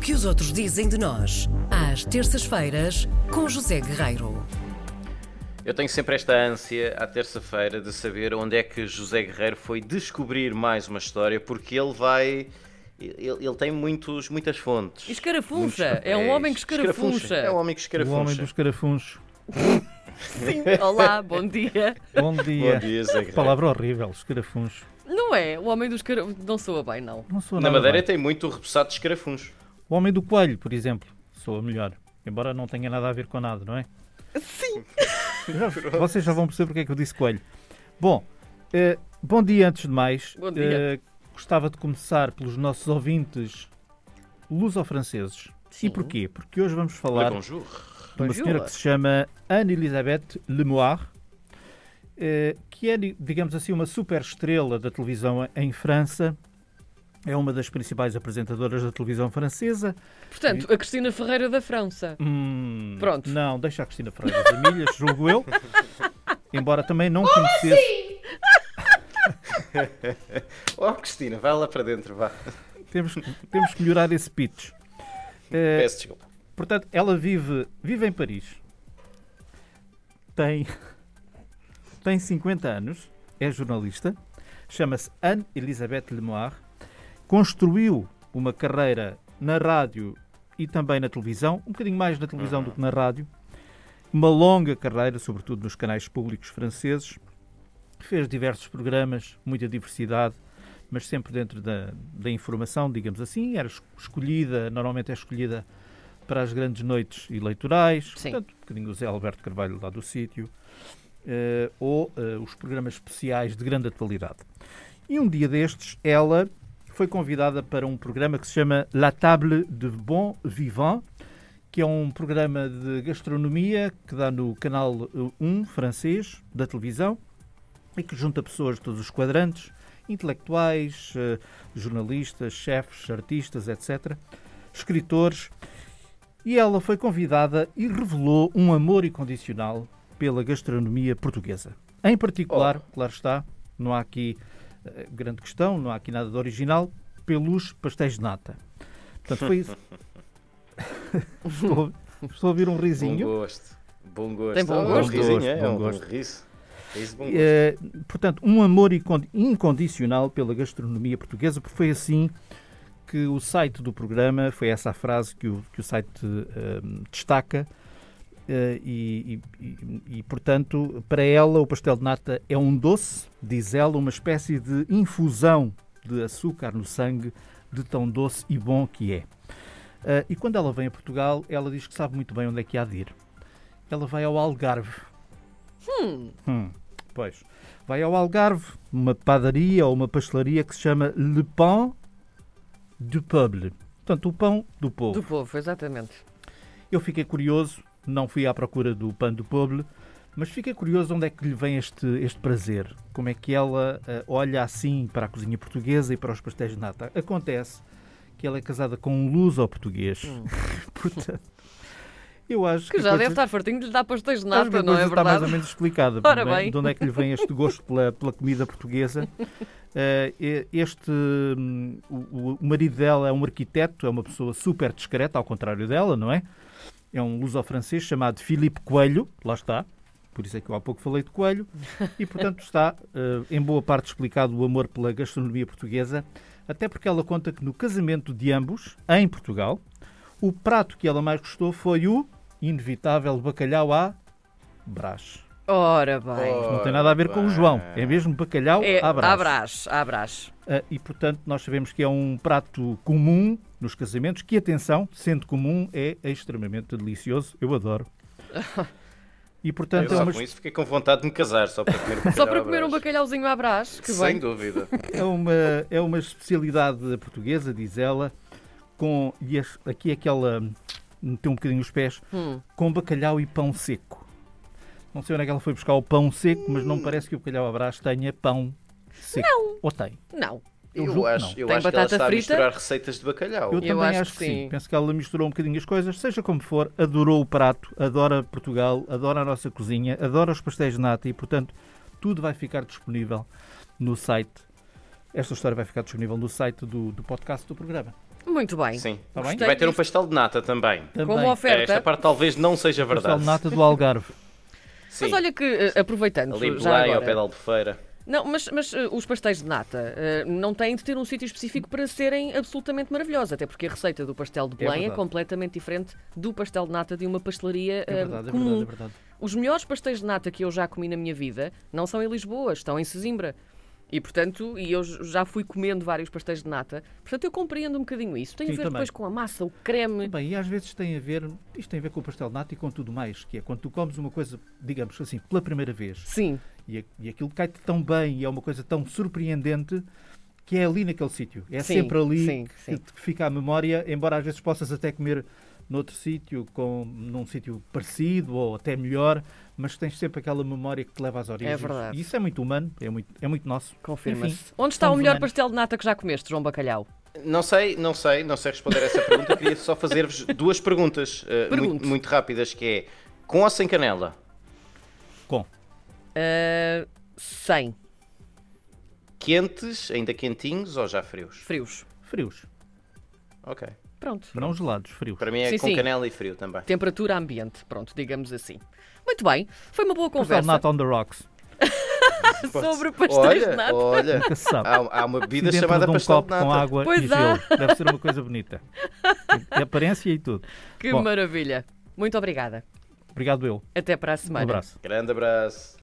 que os outros dizem de nós, às terças-feiras, com José Guerreiro. Eu tenho sempre esta ânsia à terça-feira de saber onde é que José Guerreiro foi descobrir mais uma história, porque ele vai. Ele, ele tem muitos, muitas fontes. Muitos Escarafuncha, papéis. é um homem que escarafuncha. É um homem que O homem escarafuncha. dos carafunchos. Sim. Olá, bom dia. Bom dia. Bom dia, Zé Guerreiro. é. Palavra horrível, escarafuncho. Não é, o homem dos escarafuncha. Não soa bem, não. Não sou Na nada Madeira bem. tem muito repousado de escarafuncho. O homem do coelho, por exemplo, sou a melhor. Embora não tenha nada a ver com nada, não é? Sim. Vocês já vão perceber porque é que eu disse coelho. Bom, eh, bom dia antes de mais. Bom dia. Eh, gostava de começar pelos nossos ouvintes luso-franceses. Sim. E porquê? Porque hoje vamos Olá, falar bonjour. de uma Bonjour. senhora que se chama Anne Elisabeth Lemoir, eh, que é, di- digamos assim, uma super estrela da televisão em França. É uma das principais apresentadoras da televisão francesa. Portanto, a Cristina Ferreira da França. Hum, Pronto. Não, deixa a Cristina Ferreira das Milhas, julgo eu. Embora também não conhecesse. Oh, Cristina, vai lá para dentro, vá. Temos, que- temos que melhorar esse pitch. Eh, Peço desculpa. Portanto, ela vive, vive em Paris. Tem, tem 50 anos, é jornalista, chama-se Anne Elisabeth Lemoir, construiu uma carreira na rádio e também na televisão, um bocadinho mais na televisão do que na rádio, uma longa carreira, sobretudo nos canais públicos franceses, fez diversos programas, muita diversidade, mas sempre dentro da, da informação, digamos assim, era es- escolhida, normalmente é escolhida para as grandes noites eleitorais, Sim. portanto, um bocadinho o Zé Alberto Carvalho lá do sítio, eh, ou eh, os programas especiais de grande atualidade. E um dia destes, ela foi convidada para um programa que se chama La Table de Bon Vivant, que é um programa de gastronomia que dá no canal eh, 1 francês da televisão e que junta pessoas de todos os quadrantes, intelectuais, eh, jornalistas, chefes, artistas, etc., escritores. E ela foi convidada e revelou um amor incondicional pela gastronomia portuguesa. Em particular, claro está, não há aqui eh, grande questão, não há aqui nada de original, pelos pastéis de nata. Portanto, foi isso. estou, a ouvir- estou a ouvir um Bom risinho. gosto. Bom gosto. Tem bom Ah, gosto. Um risinho, é? Bom um gosto. riso. Riso, bom gosto. Eh, portanto, um amor incon- incondicional pela gastronomia portuguesa, porque foi assim que o site do programa, foi essa a frase que o, que o site eh, destaca, eh, e, e- e- e, portanto, para ela o pastel de nata é um doce, diz ela, uma espécie de infusão de açúcar no sangue, de tão doce e bom que é. Eh, e quando ela vem a Portugal, ela diz que sabe muito bem onde é que há de ir. Ela vai ao Algarve. Hum, pois. Vai ao Algarve, uma padaria ou uma pastelaria que se chama Le Pain du Peuple. Portanto, o pão do povo. Do povo, exatamente. Eu fiquei curioso, não fui à procura do pão do povo, mas fiquei curioso onde é que lhe vem este, este prazer. Como é que ela ah, olha assim para a cozinha portuguesa e para os pastéis de nata. Acontece que ela é casada com um luso português. Portanto, eu acho que. Hum. Que já a deve coisa- estar fartinho de lhe dar pastéis de acho que nata, a não coisa é está mais ou verdade? menos explicada. Ora não é? bem. De onde é que lhe vem este gosto pela, pela comida portuguesa? Eh, e- este, hum, o, o marido dela é um arquiteto, é uma pessoa super discreta, ao contrário dela, não é? É um luso-francês chamado Filipe Coelho, lá está, por isso é que eu há pouco falei de Coelho, e portanto está eh, em boa parte explicado o amor pela gastronomia portuguesa, até porque ela conta que no casamento de ambos, em Portugal, o prato que ela mais gostou foi o inevitável bacalhau à Brás. Ora bem. Não tem nada a ver com o João, é mesmo bacalhau É, à Brás. abraço, abraço. Ah, e portanto nós sabemos que é um prato comum nos casamentos, que atenção, sendo comum, é extremamente delicioso, eu adoro. E Eu portanto é só uma, com isso fiquei com vontade de me casar, só para comer um Só para comer um bacalhau bacalhauzinho à brás, que à brás. Sem bem. dúvida. é uma, é uma especialidade portuguesa, diz ela, com, e as- aqui é que ela meteu um bocadinho os pés, Hum. com bacalhau e pão seco. Não sei onde é que ela foi buscar o pão seco, mas não parece que o bacalhau à Brás tenha pão seco. Não. Ou tem. Hum. Não. Eu Eu, julgo que acho, não. eu Tem acho que ela batata está a frita? misturar receitas de bacalhau. Eu, também acho acho, que que sim. sim. Penso que ela misturou um bocadinho as coisas. Seja como for, adorou o prato, adora Portugal, adora a nossa cozinha, adora os pastéis de nata e, portanto, tudo vai ficar disponível no site. Esta história vai ficar disponível no site do, do podcast do programa. Muito bem. Sim. Tá bem? E vai ter um disto. pastel de nata também. Também. Como Esta oferta. É parte talvez não seja Pastel verdade. de nata do Algarve. Sim. Mas olha que, eh, aproveitando, Ali em já Belém, ao agora- pé da Albufeira. Não, mas, mas, eh, os pastéis de nata eh, não têm de ter um sítio específico para serem absolutamente maravilhosos, até porque a receita do pastel de Belém é, verdade. completamente diferente do pastel de nata de uma pastelaria É eh, verdade, é comum. verdade, é verdade. Os melhores pastéis de nata que eu já comi na minha vida não são em Lisboa, estão em Sesimbra. E portanto, e eu j- já fui comendo vários pastéis de nata, portanto eu compreendo um bocadinho isso. Tem Sim, a ver também. depois com a massa, o creme. Bem, e às vezes tem a ver, isto tem a ver com o pastel de nata e com tudo mais, que é quando tu comes uma coisa, digamos assim, pela primeira vez, Sim, e, a- e aquilo cai-te tão bem e é uma coisa tão surpreendente que é ali naquele sítio. É Sim, sempre ali sim, que, sim. que fica a memória, embora às vezes possas até comer noutro sítio, com, num sítio parecido ou até melhor, mas tens sempre aquela memória que te leva às origens. verdade. E isso é muito humano, é muito, é muito nosso. confirma-se. Enfim, Onde está o somos melhor humanos. pastel de nata que já comeste, João Bacalhau? Não sei, não sei, não sei responder a essa pergunta. Queria só fazer-vos duas perguntas eh, Pergunte. muito, muito rápidas, que é com ou sem canela? Com. Ah, 100 Quentes, ainda quentinhos ou já frios? frios. Frios. Ok. Pronto. Não gelados, frios. Para mim é Sim, com sim. canela e frio também. Temperatura ambiente, pronto, digamos assim. Muito bem, foi uma boa Pastel conversa de nata Um on the rocks. sobre pastéis de olha, nata. Olha, Nunca se sabe. há, há uma bebida Dentro chamada de um pastel copo de nata. com água Pois e há. gelo. Deve ser uma coisa bonita. E aparência e tudo. Que Bom. maravilha. Muito obrigada. Obrigado eu. Até para a Um semana. abraço. Grande abraço.